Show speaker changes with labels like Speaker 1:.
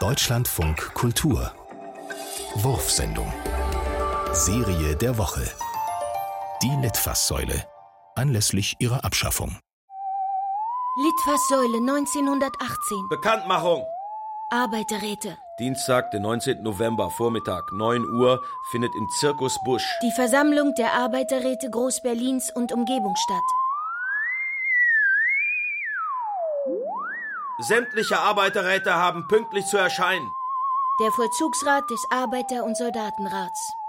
Speaker 1: Deutschlandfunk Kultur. Wurfsendung. Serie der Woche. Die Litfaßsäule. Anlässlich ihrer Abschaffung.
Speaker 2: Litfaßsäule 1918.
Speaker 3: Bekanntmachung!
Speaker 2: Arbeiterräte.
Speaker 3: Dienstag, den 19. November, Vormittag, 9 Uhr, findet im Zirkus Busch.
Speaker 2: Die Versammlung der Arbeiterräte Groß-Berlins und Umgebung statt.
Speaker 3: Sämtliche Arbeiterräte haben pünktlich zu erscheinen.
Speaker 2: Der Vollzugsrat des Arbeiter- und Soldatenrats.